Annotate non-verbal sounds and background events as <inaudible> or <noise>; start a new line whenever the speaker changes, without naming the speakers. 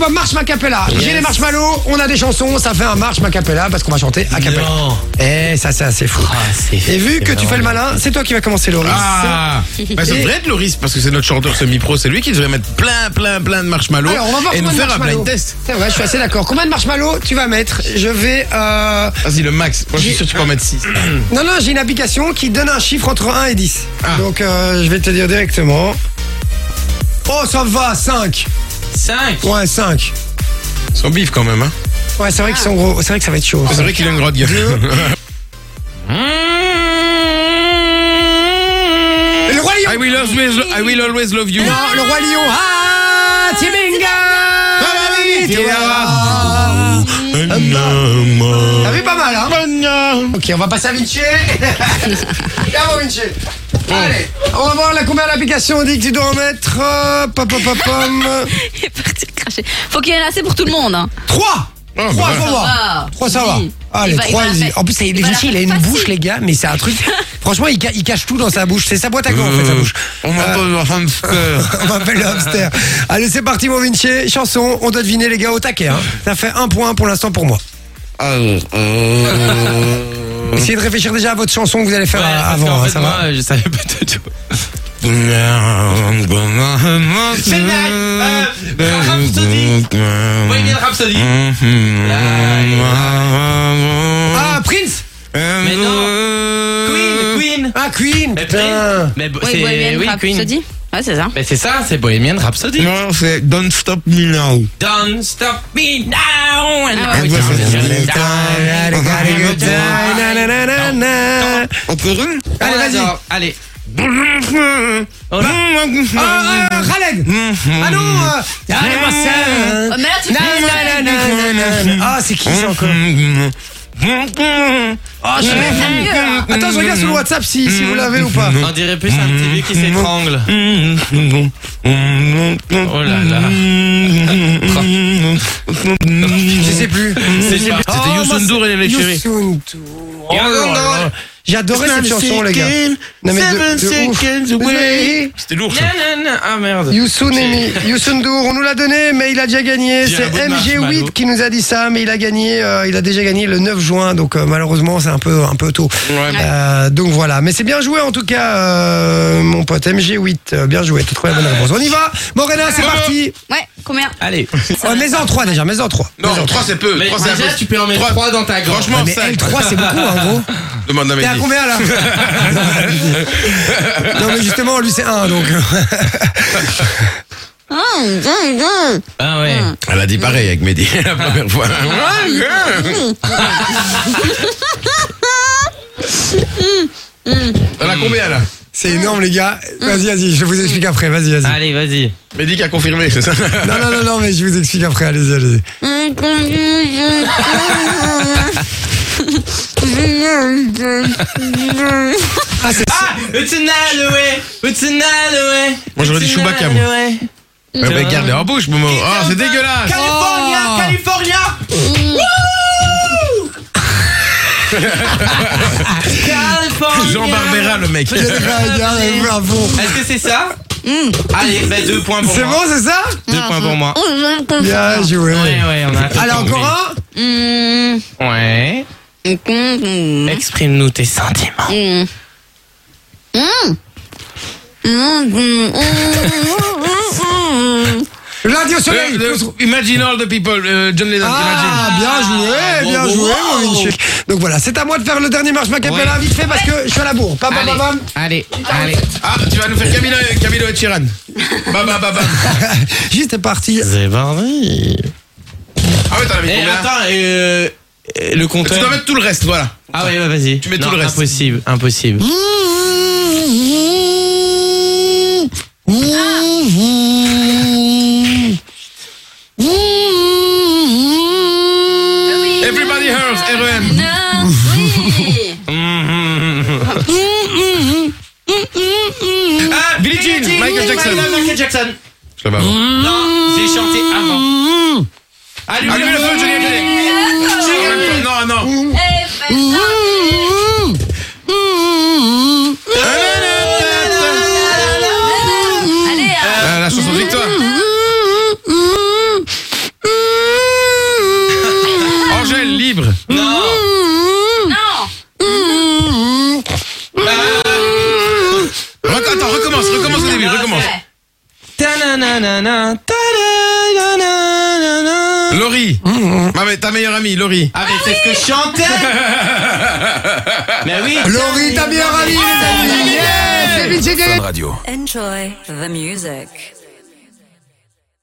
groupe Marche Macapella. J'ai les marshmallows, on a des chansons, ça fait un Marche Macapella parce qu'on va chanter a cappella.
Non.
Eh, ça, c'est assez fou.
Ah, c'est-
Et vu
c'est
que tu
vraiment
fais le malin, c'est toi qui vas commencer, Loris.
Ah bah, Ça devrait être le risque parce que c'est notre chanteur semi-pro, c'est lui qui devrait mettre plein plein plein de marshmallows
Alors, on va voir
et nous
combien de
faire un
marshmallows.
blind test.
C'est vrai, je suis assez d'accord. Combien de marshmallows tu vas mettre Je vais. euh,
Vas-y le max, moi je suis sûr que tu peux en mettre 6.
Non, non, j'ai une application qui donne un chiffre entre 1 et 10.
Ah.
Donc, euh, je vais te dire directement. Oh, ça va, 5.
5
Ouais, 5.
Ils sont bif quand même hein.
Ouais, c'est vrai qu'ils sont gros. C'est vrai que ça va être chaud.
Ah, C'est vrai qu'il a une grosse gueule.
Le roi lion
I will always, I will always love you.
Non, le roi lion. Ah, bah Tibinga T'as vu pas mal, hein Ok, on va passer à Vinci. <laughs> Bravo, Vinci. Allez, on va voir là combien l'application dit que tu dois en mettre. Euh, pop, pop, pop, pom.
Il est parti le cracher. Faut qu'il y en ait assez pour tout le monde. Hein.
3
Ah,
3
bah
ça
ouais.
va
va.
3 ça va Ah,
Oui.
Allez,
Il va- il
3
va la
easy.
faire-
En plus, il,
il va la
Vinci, il a
faire
une
facile.
bouche, les gars, mais c'est un
<laughs>
truc. Franchement, il, ca- il cache tout dans sa bouche. C'est sa boîte à gants, en fait, sa bouche.
On
Euh,
m'appelle un <laughs> hamster.
On m'appelle le <laughs> hamster. Allez, c'est parti, mon Vinci. Chanson, on doit deviner, les gars, au taquet. hein. Ça fait un point pour l'instant pour moi. Mmh. Essayez de réfléchir déjà à votre chanson que vous allez faire
Ouais,
euh,
parce
avant,
qu'en
hein,
fait,
ça
moi,
va Mm.
Je savais pas du tout.
Euh,
Bohemian Rhapsody.
Mm. Ah, Prince
Mais
Queen, Queen.
Ah, Queen
Mais
Putain.
Queen. Mais bo-
Oui,
c'est-
Bohemian
oui, Queen.
Rhapsody. Ouais, c'est ça.
Mais c'est ça, c'est Bohemian
Mm.
Rhapsody.
Non, c'est Don't Stop Me Now.
Don't stop me now. and
Ah ouais.
now
Mm.
it's time.
Encore une
Allez, vas-y.
Alors, Allez.
Ah, ah, Khaled
Mmh.
Ah non euh, allez, moi, ça.
Oh, mais là, tu
Na, na, na, na,
Mmh.
na, na. Ah, c'est qui ça encore
Oh, je l'ai fait.
Mmh. Attends, je regarde sur le WhatsApp si, si vous l'avez ou pas.
On dirait plus
Mm.
un petit vieux qui s'étrangle. Oh là là.
Je sais plus.
Mmh. C'était
Oh, moi,
Youssou N'Dour et les
c'est
chéris.
Youssou N'Dour.
Oh là là.
J'adorais cette chanson, les gars. Non, mais de- de ouf.
C'était lourd ça.
Nan, nan, Ah merde.
Youssou Nemi, Youssou N'Dour, on nous l'a donné, mais il a déjà gagné.
J'ai un
C'est
bout de
MG8
marshmallow.
qui nous a dit ça, mais il a gagné, euh, il a déjà gagné le 9 juin, donc euh, malheureusement c'est un peu, un peu tôt.
Ouais,
Euh, donc voilà, mais c'est bien joué en tout cas, euh, mon pote MG8, euh, bien joué. T'as trouvé la bonne réponse. On y va, Morena, c'est parti.
Ouais, combien
<laughs>
Allez.
Euh, mets-en 3 déjà, mets-en 3
Non, 3 c'est peu.
Mais
3 c'est un peu.
déjà, tu peux en mettre
Trois.
3 dans ta gorge.
Franchement,
mais
cinq.
L3 c'est beaucoup en gros.
Demande à
T'es à
Mehdi.
combien
<laughs>
là Non mais justement lui c'est 1 donc. <laughs>
Ah ouais.
Mm.
Elle a dit pareil avec Mehdi <laughs> la première fois.
Ah.
T'en as combien là
C'est énorme les gars. Vas-y, vas-y, je vous explique après, vas-y, vas-y.
Allez, vas-y.
Mehdi qui a confirmé, c'est ça
Non, non, non, non, mais je vous explique après, allez-y, allez-y. Ah, c'est
Ah It's an alleyway It's an alleyway
Moi, j'aurais dit
It's an
Chewbacca, moi.
alleyway.
Mais bah, garde-les en bouche, Momo. Oh, c'est dégueulasse
California
Ah.
Oh.
California
Oh.
Wouh California
<laughs> Jean Barbera, le mec.
Quel regard, bravo.
Est-ce que c'est ça Allez, bah deux points pour
C'est
moi.
bon, c'est ça
Deux points pour moi.
Bien joué.
Ouais, ouais, on a.
Allez, encore un
un Ouais. Exprime-nous tes sentiments.
Euh,
Lundi au soleil.
Euh, euh, Imagine all the people, euh, John Lennon,
Ah,
imagine.
bien joué, bien
bravo.
joué, mon Vinci. Donc voilà, c'est à moi de faire le dernier marche macapella vite fait parce que je suis à la bourre. Pam, pam, pam, pam.
Allez, allez.
Ah, tu vas nous faire Camilo, Camilo et Chiran. Bam, bam, bam, bam.
<laughs> Juste c'est parti.
C'est parti.
Ah ouais, t'en as mis
Et
combien
Eh, attends, et, euh, et le
Tu dois
compteur.
mettre tout le reste, voilà.
Ah ouais, ouais, vas-y.
Tu mets tout le reste.
Impossible, impossible.
Everybody hurts,
E
REM.
Oui.
Ah, Billie Jean, Michael Jackson.
Michael Jackson.
Je l'avais avant.
Non, j'ai chanté avant. Allume
Allume le feu, Johnny Hallyday. Non, non.
Allez, hein.
<laughs> Euh, La chanson de victoire.
Bah, Tanana, tanana.
Laurie. Ah, mais ta meilleure amie, Laurie.
Ah, mais c'est ce que je chantais <laughs> Mais oui
Laurie, ta meilleure amie, les amis. Yeah, c'est Vinci Gay.
Enjoy the music.